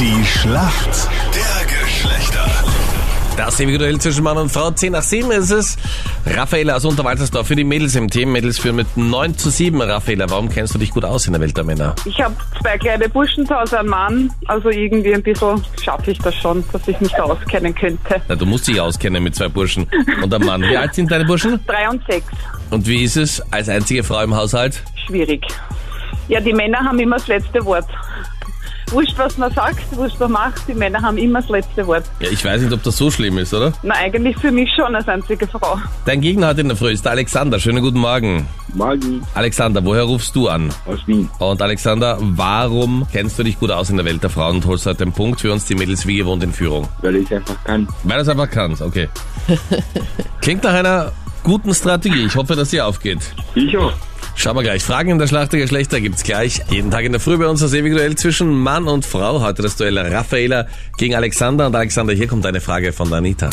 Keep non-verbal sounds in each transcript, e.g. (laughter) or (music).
Die Schlacht der Geschlechter. Das ewige Duell zwischen Mann und Frau. 10 nach 7 ist es. Raffaela aus Unterwaltersdorf für die Mädels im Team. Mädels führen mit 9 zu 7. Raffaela, warum kennst du dich gut aus in der Welt der Männer? Ich habe zwei kleine Burschen zu Hause, einen Mann. Also irgendwie ein bisschen schaffe ich das schon, dass ich mich da auskennen könnte. Na, du musst dich auskennen mit zwei Burschen und einem Mann. Wie alt sind deine Burschen? Drei und sechs, Und wie ist es als einzige Frau im Haushalt? schwierig. Ja, die Männer haben immer das letzte Wort. Wurscht, was man sagt, wurscht, was man macht, die Männer haben immer das letzte Wort. Ja, ich weiß nicht, ob das so schlimm ist, oder? Na, eigentlich für mich schon als einzige Frau. Dein Gegner heute in der Früh ist der Alexander. Schönen guten Morgen. Magen Alexander, woher rufst du an? aus Wien. Und Alexander, warum kennst du dich gut aus in der Welt der Frauen und holst heute den Punkt für uns, die Mädels wie gewohnt in Führung? Weil ich einfach kann. Weil du es einfach kannst, (laughs) okay. Klingt nach einer guten Strategie. Ich hoffe, dass sie aufgeht. Ich auch. Schauen wir gleich. Fragen in der Schlacht der Geschlechter gibt's gleich. Jeden Tag in der Früh bei uns das ewige Duell zwischen Mann und Frau. Heute das Duell Raffaela gegen Alexander. Und Alexander, hier kommt eine Frage von Danita.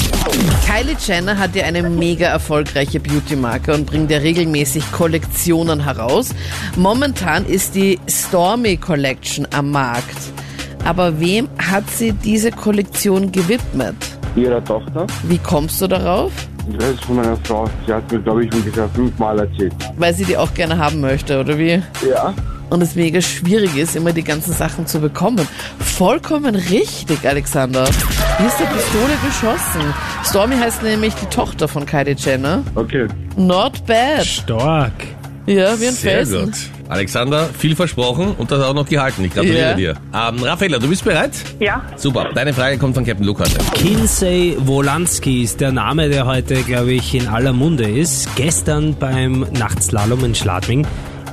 Kylie Jenner hat ja eine mega erfolgreiche Beauty-Marke und bringt ja regelmäßig Kollektionen heraus. Momentan ist die Stormy Collection am Markt. Aber wem hat sie diese Kollektion gewidmet? Ihrer Tochter, Wie kommst du darauf? ich weiß von meiner Frau, sie hat mir, glaube ich, ungefähr fünfmal erzählt. Weil sie die auch gerne haben möchte, oder wie? Ja? Und es mega schwierig ist, immer die ganzen Sachen zu bekommen. Vollkommen richtig, Alexander. Hier ist der Pistole geschossen. Stormy heißt nämlich die Tochter von Kylie Jenner. Okay. Not bad. Stark. Ja, wie ein Sehr Felsen. gut. Alexander, viel versprochen und das auch noch gehalten. Ich gratuliere Ja. dir. Ähm, Raffaela, du bist bereit? Ja, Super. Deine Frage kommt von Captain Luke heute. Kinsey Wolanski ist der Name, der heute, glaube ich, in aller Munde ist. Gestern beim Nachtslalom in Schladming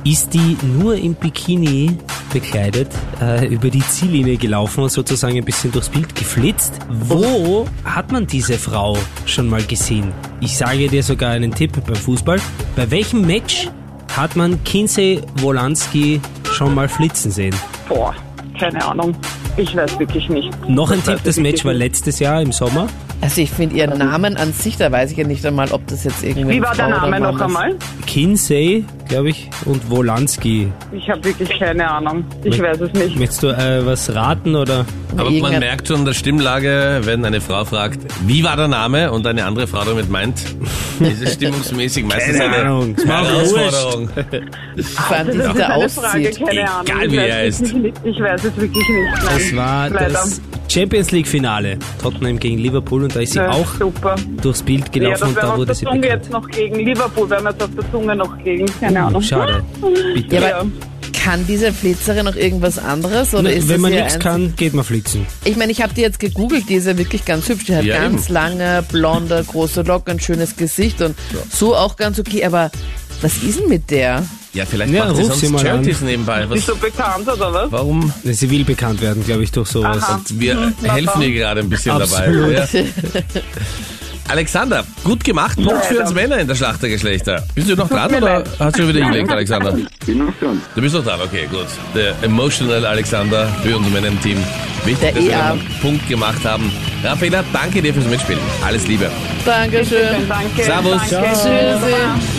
ist die nur im Bikini bekleidet äh, über die Ziellinie gelaufen und sozusagen ein bisschen durchs Bild geflitzt. Wo hat man diese Frau schon mal gesehen? Ich sage dir sogar einen Tipp beim Fußball. Bei welchem Match hat man Kinsey Wolanski schon mal flitzen sehen? boah, keine Ahnung. Ich weiß wirklich nicht. Noch ein Tipp, weiß das ich Match war nicht. letztes Jahr im Sommer. Also ich finde ihren Namen an sich, da weiß ich ja nicht einmal, ob das jetzt irgendwie. Wie war der Frau oder Name Mann noch ist. einmal? Kinsey, glaube ich, und Wolanski. Ich habe wirklich keine Ahnung. Ich weiß es nicht. Möchtest du äh, was raten oder? Aber man Irgendein- merkt schon in der Stimmlage, wenn eine Frau fragt, wie war der Name und eine andere Frau damit meint, (laughs) ist es stimmungsmäßig meistens Keine Ahnung. eine Ist mir auch Herausforderung. Vor allem, wie Ah, Das ist sie da eine Frage, aussieht. keine Ahnung. Egal, ich wie weiß er es ist. Nicht, ich weiß es wirklich nicht. Nein, Das war leider. das Champions League Finale. Tottenham gegen Liverpool und da ist sie Ja, auch super. durchs Bild Ja, gelaufen das werden und da wir auf wurde der sie Zunge bekannt. Hm, jetzt noch gegen. Liverpool werden wir jetzt auf der Zunge noch gegen. Hm? Keine Ahnung. Schade. Ja, aber Ja. kann diese Flitzerin noch irgendwas anderes? Oder ist Wenn das man ihr nichts einzig- kann, geht man flitzen. Ich meine, ich habe die jetzt gegoogelt, die ist ja wirklich ganz hübsch. Die hat Ja, ganz lange, blonde, große Locken, schönes Gesicht und so auch ganz okay. Aber was ist denn mit der? Ja, vielleicht Ja, macht sie ruf sie sonst mal an. Charities nebenbei. Ist Was, so bekannt, oder was? warum? Sie will bekannt werden, glaube ich, durch sowas. Aha. Wir helfen ihr gerade ein bisschen Absolut. (laughs) dabei. Ja. Alexander, gut gemacht. Punkt für uns Männer in der Schlacht der Geschlechter. Bist du noch dran oder hast du schon wieder hingelegt, Alexander? Bin noch dran. Du bist noch dran, okay, gut. Der Emotional Alexander für uns Männer im Team. Wichtig, Der dass wir EA. einen Punkt gemacht haben. Raffaela, danke dir fürs Mitspielen. Alles Liebe. Dankeschön. Danke. Servus. Danke. Tschüssi.